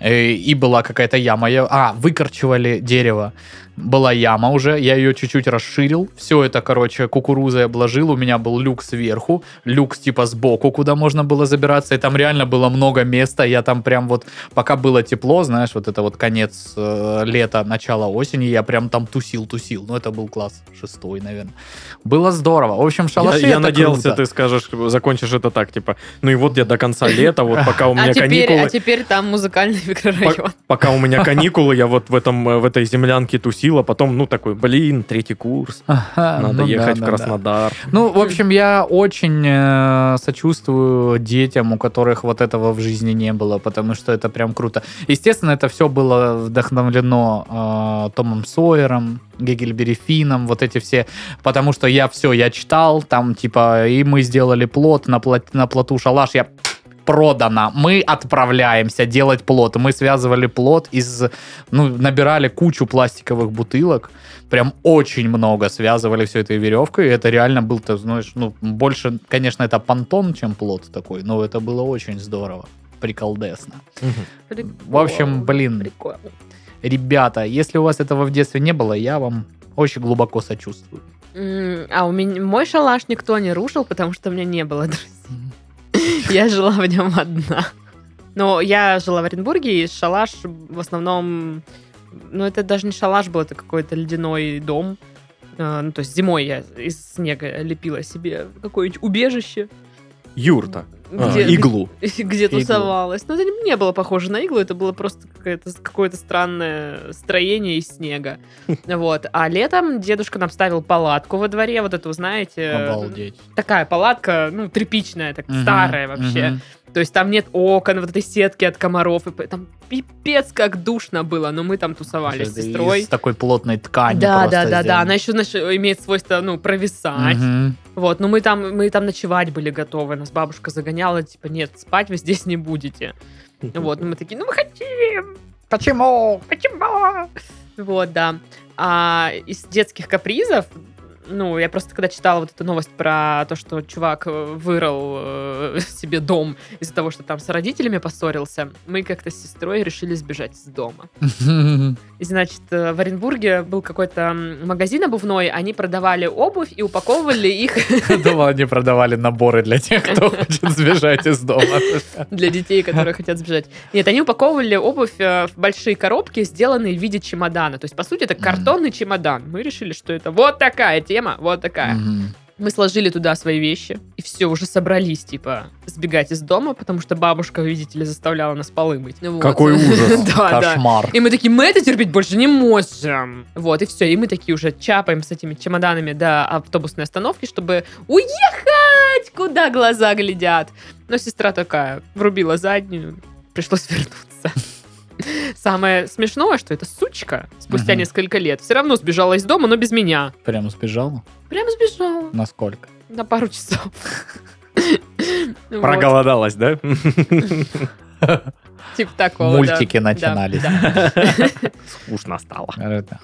Э, И была какая-то яма. Я, а, выкорчевали дерево. Была яма уже, я ее чуть-чуть расширил. Все это, короче, кукурузой обложил. У меня был люк сверху, люк типа сбоку, куда можно было забираться. И там реально было много места. Я там прям вот, пока было тепло, знаешь, вот это вот конец э, лета, начало осени, я прям там тусил-тусил. Ну, это был класс шестой, наверное. Было здорово. В общем,
Я,
шалаши
я
это
надеялся,
круто.
ты скажешь, закончишь это так, типа, ну и вот я до конца лета, вот пока у меня
А теперь,
каникулы.
а теперь там музыкальный микрорайон.
Пока у меня каникулы, я вот в этом э, в этой землянке тусил, а потом, ну, такой, блин, третий курс,
А,
Ага,
надо
ну да,
ехать в
да, да.
Краснодар.
Ну, в общем, я очень э, сочувствую детям, у которых вот этого в жизни не было, потому что это прям круто. Естественно, это все было вдохновлено э, Томом Сойером, Гегельбери Финном, вот эти все, потому что я все, я читал, там типа, и мы сделали плод, на, плот- на плоту шалаш, я продано. Мы отправляемся делать плод. Мы связывали плод из... Ну, набирали кучу пластиковых бутылок. Прям очень много связывали все этой веревкой. И это реально был, ты знаешь, ну, больше, конечно, это понтон, чем плод такой. Но это было очень здорово. Приколдесно. В общем, блин,
Прикол.
ребята, если у вас этого в детстве не было, я вам очень глубоко сочувствую.
М, А у меня мой шалаш никто не рушил, потому что у меня не было друзей. Я жила в нем одна. Но я жила в Оренбурге, и шалаш в основном... Ну, это даже не шалаш был, это какой-то ледяной дом. Э, Ну, то есть зимой я из снега лепила себе какое-нибудь убежище.
Юрта. А,
где-
Иглу.
где
Иглу.
тусовалась. Но это не не было похоже на иглу, это было просто какое-то, какое-то странное строение из снега. Вот. А летом дедушка нам ставил палатку во дворе, вот эту, знаете, э,
Обалдеть.
такая палатка, ну, тряпичная, так,
Мгм,
старая вообще.
мгм.
То есть там нет окон, вот этой сетки от комаров. И п- там пипец как душно было, но мы там тусовались с
Слушай, да
сестрой.
Из такой плотной ткани
Да, да,
просто
да, да.
сделано.
Она еще знаешь, имеет свойство, ну, провисать.
Мгм.
Вот, но мы там, мы там ночевать были готовы. Нас бабушка загоняла, типа, нет, спать вы здесь не будете. Вот, ну, мы такие, ну мы хотим,
Почему?
почему? Вот, да. А из детских капризов, ну, я просто когда читала вот эту новость про то, что чувак э, вырыл э, себе дом из-за того, что там с родителями поссорился, мы как-то с сестрой решили сбежать из дома. И, значит, э, в Оренбурге был какой-то м, магазин обувной, они продавали обувь и упаковывали их
Думал, они продавали наборы для тех, кто хочет сбежать из дома.
для детей, которые хотят сбежать. Нет, они упаковывали обувь э, в большие коробки, сделанные в виде чемодана. То есть, по сути, это
Мгм.
картонный чемодан. Мы решили, что это вот такая тема, вот такая.
Мгм.
Мы сложили туда свои вещи, и все, уже собрались, типа, сбегать из дома, потому что бабушка, видите ли, заставляла нас полы мыть. Ну вот.
Какой ужас.
Да, да.
Кошмар.
И мы такие, мы это терпеть больше не можем. Вот, и все. И мы такие уже чапаем с этими чемоданами до автобусной остановки, чтобы уехать, куда глаза глядят. Но сестра такая, врубила заднюю, пришлось вернуться. Самое смешное, что эта сучка спустя
Мгм.
несколько лет все равно сбежала из дома, но без меня.
Прям сбежала?
Прям сбежала
Насколько?
на пару часов. Вот,
Проголодалась, да?
Типа такого, да.
Мультики
Да,
начинались.
да.
Скучно стало.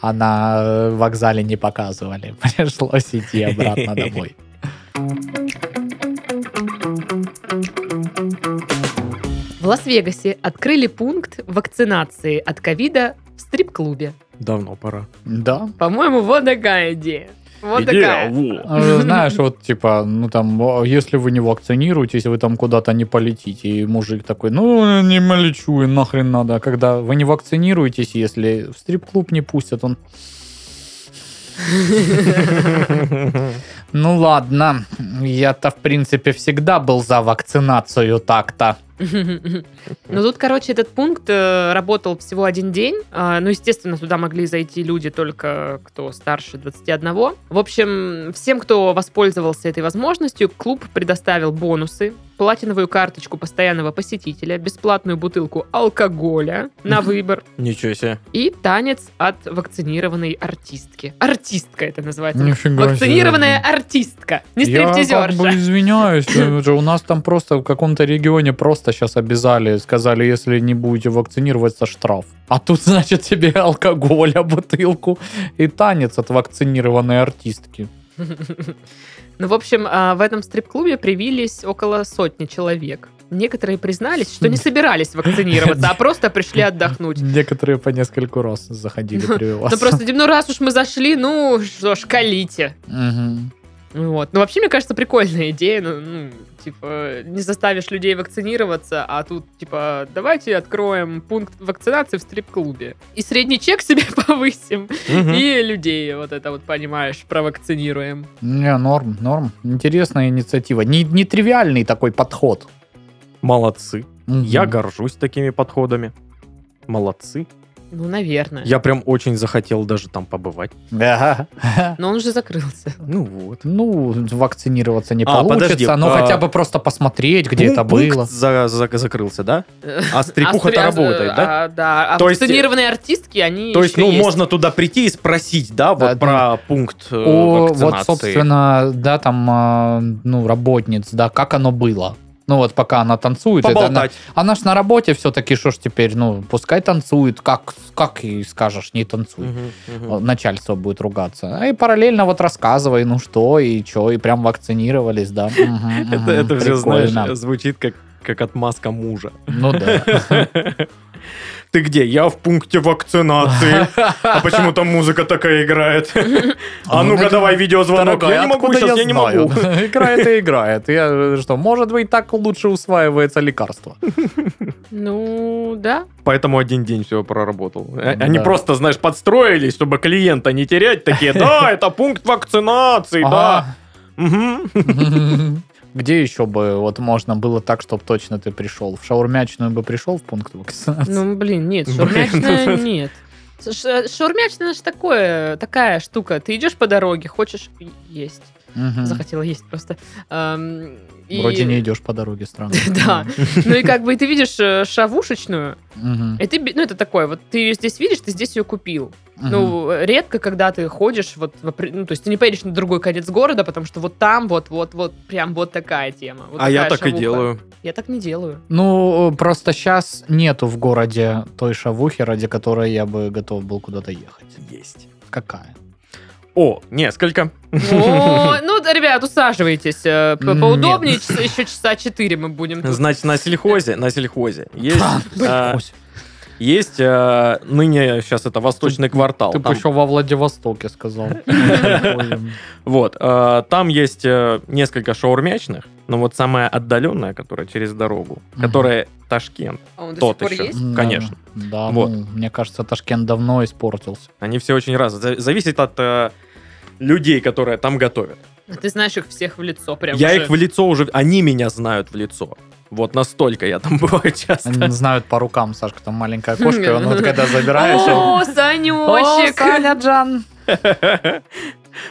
А на вокзале не показывали. Пришлось идти обратно домой.
В Лас-Вегасе открыли пункт вакцинации от ковида в стрип-клубе.
Давно пора.
Да,
По-моему, вот такая идея. Вот такая.
Э, Знаешь, вот типа, ну там, о, если вы не вакцинируетесь, вы там куда-то не полетите. И мужик такой, ну не лечу, и нахрен надо. А Когда вы не вакцинируетесь, если в стрип-клуб не пустят, он, ну ладно, я-то в принципе всегда был за вакцинацию так-то.
Ну тут, короче, этот пункт э, работал всего один день. А, Ну, естественно, туда могли зайти люди только кто старше 21. В общем, всем, кто воспользовался этой возможностью, клуб предоставил бонусы, платиновую карточку постоянного посетителя, бесплатную бутылку алкоголя на выбор
Ничего себе.
и танец от вакцинированной артистки. Артистка это называется.
Нифига
Вакцинированная артистка, не
Я как бы
стриптизерша.
извиняюсь, э, же у нас там просто в каком-то регионе просто сейчас обязали, сказали, если не будете вакцинироваться, штраф. А тут, значит, тебе алкоголя, бутылку и танец от вакцинированной артистки.
Ну, в общем, а, в этом стрип-клубе привились около сотни человек. Некоторые признались, что не собирались вакцинироваться, а просто пришли отдохнуть.
Некоторые по нескольку раз заходили
Ну,
прививаться.
просто, ну, раз уж мы зашли, ну, что ж, калите.
Мгм.
Вот. Ну, вообще, мне кажется, прикольная идея. Ну, ну, типа, не заставишь людей вакцинироваться, а тут, типа, давайте откроем пункт вакцинации в стрип-клубе. И средний чек себе повысим, и людей, вот это вот, понимаешь, провакцинируем.
Не, норм, норм. Интересная инициатива. Не- Нетривиальный такой подход.
Молодцы.
Мгм.
Я горжусь такими подходами. Молодцы.
Ну, наверное.
Я прям очень захотел даже там побывать.
Да.
Но он уже закрылся.
Ну вот.
Ну, вакцинироваться не
А,
получится,
подожди,
но
а-
хотя бы просто посмотреть, где это
Ну, Пункт
было.
за- за- закрылся, да? А
А стри-
стрипуха-то
а,
работает, да?
а, да. А
То есть-
вакцинированные артистки, они
То есть,
ещё
ну, можно туда прийти и спросить, да,
Да,
вот про пункт э,
О, вот,
вакцинации.
собственно, да, там, а, ну, работниц, да, как оно было. Ну вот, пока она танцует, это она,
Поболтать.
она ж на работе все-таки, что ж теперь, ну, пускай танцует, как, как и скажешь, не танцуй.
Мгм, мгм.
Начальство будет ругаться. А И параллельно вот рассказывай, ну что, и что, и прям вакцинировались, да. Мгм,
Это,
мгм,
это все,
прикольно.
знаешь, звучит как, как отмазка мужа.
Ну да.
Ты где? Я в пункте вакцинации. А почему там музыка такая играет? А ну-ка, давай видеозвонок.
Ну, Дорогая,
Я не могу,
откуда
сейчас я не
знаю?
могу.
Играет и играет. Я э, что, может быть, так лучше усваивается лекарство.
Ну, да.
Поэтому один день все проработал. Э,
Да.
Они просто, знаешь, подстроились, чтобы клиента не терять. Такие, да, это пункт вакцинации, да.
Ага.
Мгм.
Где еще бы вот можно было так, чтобы точно ты пришел? В шаурмячную бы пришел в пункт вакцинации?
Ну, блин, нет,
Блин,
шаурмячная
ну,
нет. Ш- Шаурмячная это ж такое, такая штука. Ты идешь по дороге, хочешь и- есть.
Мгм.
Захотела есть просто. Эм, и-
Вроде не идешь по дороге странно.
Да. Ну и как бы и ты видишь э, шавушечную,
Мгм.
и ты, би- ну это такое, вот ты ее здесь видишь, ты здесь ее купил.
Мгм.
Ну, редко, когда ты ходишь, вот, в опре- ну, то есть ты не поедешь на другой конец города, потому что вот там, вот, вот, вот, прям вот такая тема. вот
А я
такая
так и
шавуха.
делаю.
Я так не делаю.
Ну, просто сейчас нету в городе той шавухи, ради которой я бы готов был куда-то ехать.
Есть.
Какая?
О, несколько.
О, ну, да, ребят, усаживайтесь э, по-
Нет.
поудобнее, часа- еще часа 4 мы будем. тут.
Значит, на сельхозе, на сельхозе есть, э,
Ось,
есть э, ныне сейчас это восточный квартал.
Ты бы
Там-
еще во Владивостоке сказал.
Вот, э, там есть э, несколько шаурмячных, но вот самая отдаленная, которая через дорогу,
Мгм.
которая Ташкент,
А он до сих
тот
пор
еще,
есть?
Да,
конечно.
Да,
Вот.
ну, мне кажется, Ташкент давно испортился.
Они все очень разные. За- Зависит от э, людей, которые там готовят.
А Ты знаешь их всех в лицо прям
я
уже.
их в лицо уже, они меня знают в лицо. Вот настолько я там бываю
Они
часто.
не знают по рукам, Сашка, там маленькая кошка, и он вот когда забираешь... он-
О, Санечек!
Саня Джан!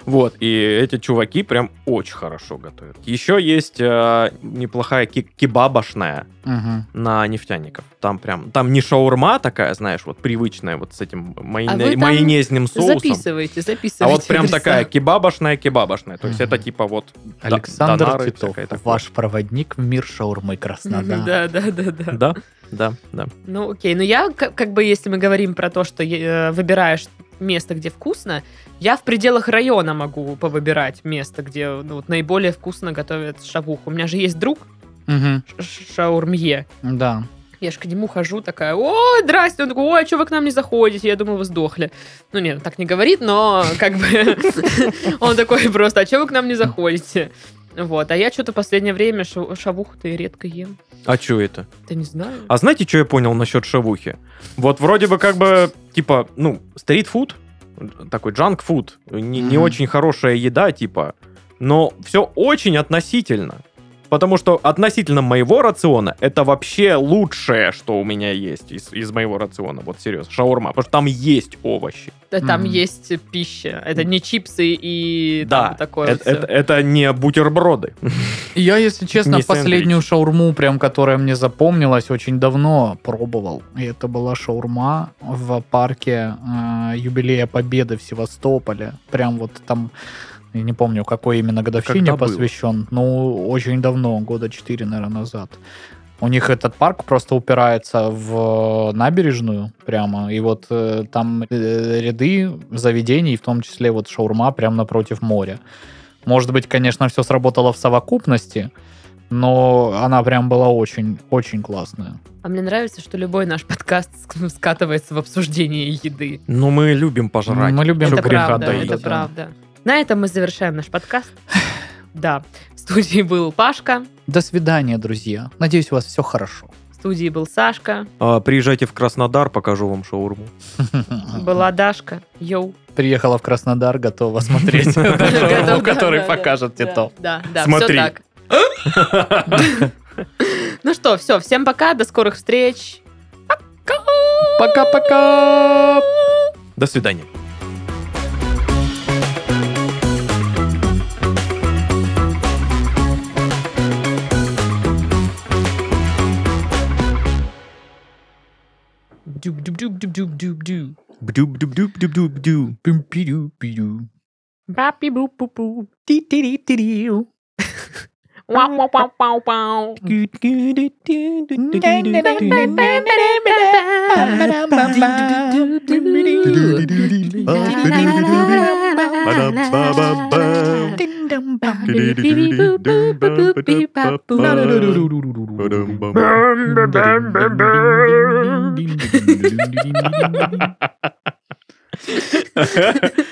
Вот, и эти чуваки прям очень хорошо готовят. Еще есть э, неплохая ки- кебабошная
Мгм.
на нефтяников. Там прям, там не шаурма такая, знаешь, вот привычная вот с этим майоне-
А вы там
майонезным соусом.
Записывайте, записывайте.
А вот прям
адреса.
такая кебабошная, кебабошная. То есть
Мгм.
это типа вот да-
Александр
донары и
Титов,
всякое такое.
ваш проводник в мир шаурмы Краснодара.
Да, да, да, да.
Да, да, да.
Ну, окей. Ну, я, к- как бы, если мы говорим про то, что э, выбираешь место, где вкусно, я в пределах района могу повыбирать место, где ну, вот, наиболее вкусно готовят шавуху. У меня же есть друг
Мгм.
ш- ш- шаурмье.
Да.
Я же к нему хожу такая, ой, здрасте. Он такой, ой, а что вы к нам не заходите? Я думала, вы сдохли. Ну, нет, он так не говорит, но как бы он такой просто, а что вы к нам не заходите? Вот, а я что-то последнее время ша- шавуху-то и редко ем.
А что это?
Да не знаю.
А знаете, что я понял насчет шавухи? Вот вроде бы как бы, типа, ну, стритфуд, такой джанк-фуд, не, не
Мгм.
очень хорошая еда, типа, но все очень относительно. Потому что относительно моего рациона, это вообще лучшее, что у меня есть из, из моего рациона, вот серьезно, шаурма, потому что там есть овощи.
Да, Э, Там
Мгм.
есть пища. Это не чипсы и
Да,
там такое. вот
Это,
всё.
это- это не бутерброды.
Я, если честно,
Не
последнюю шаурму, прям, которая мне запомнилась, очень давно пробовал. И это была шаурма в парке э, юбилея Победы в Севастополе. Прям вот там, я не помню, какой именно годовщине
Когда было?
посвящен. Ну, очень давно, года 4, наверное, назад. У них этот парк просто упирается в набережную прямо, и вот э, там э, ряды заведений, в том числе вот шаурма, прямо напротив моря. Может быть, конечно, все сработало в совокупности, но она прям была очень-очень классная.
А мне нравится, что любой наш подкаст ск- ну, скатывается в обсуждение еды.
Ну, мы любим пожрать.
Мы любим
Чё
это
греха
правда,
таить.
это
да.
правда. На этом мы завершаем наш подкаст. Да. В студии был Пашка,
До свидания, друзья. Надеюсь, у вас все хорошо.
в студии был Сашка,
А, приезжайте в Краснодар, покажу вам шаурму.
была Дашка. Йоу.
Приехала в Краснодар, готова смотреть
Готов,
шоу,
да,
который
да,
покажет
да,
Титов.
Да, да,
Смотри.
все так. Ну что, все, всем пока, до скорых встреч.
Пока-пока!
До свидания.
Дюб-дюб-дюб-дюб-дюб-дюб.
Бдюб-дюб-дюб-дюб-дюб.
Пим-пирю-пирю.
Бапи-бу-пу-пу. Вау-пау-пау-пау.
Ding, ding, ding, ding, ding, ding, ding, ding, ding.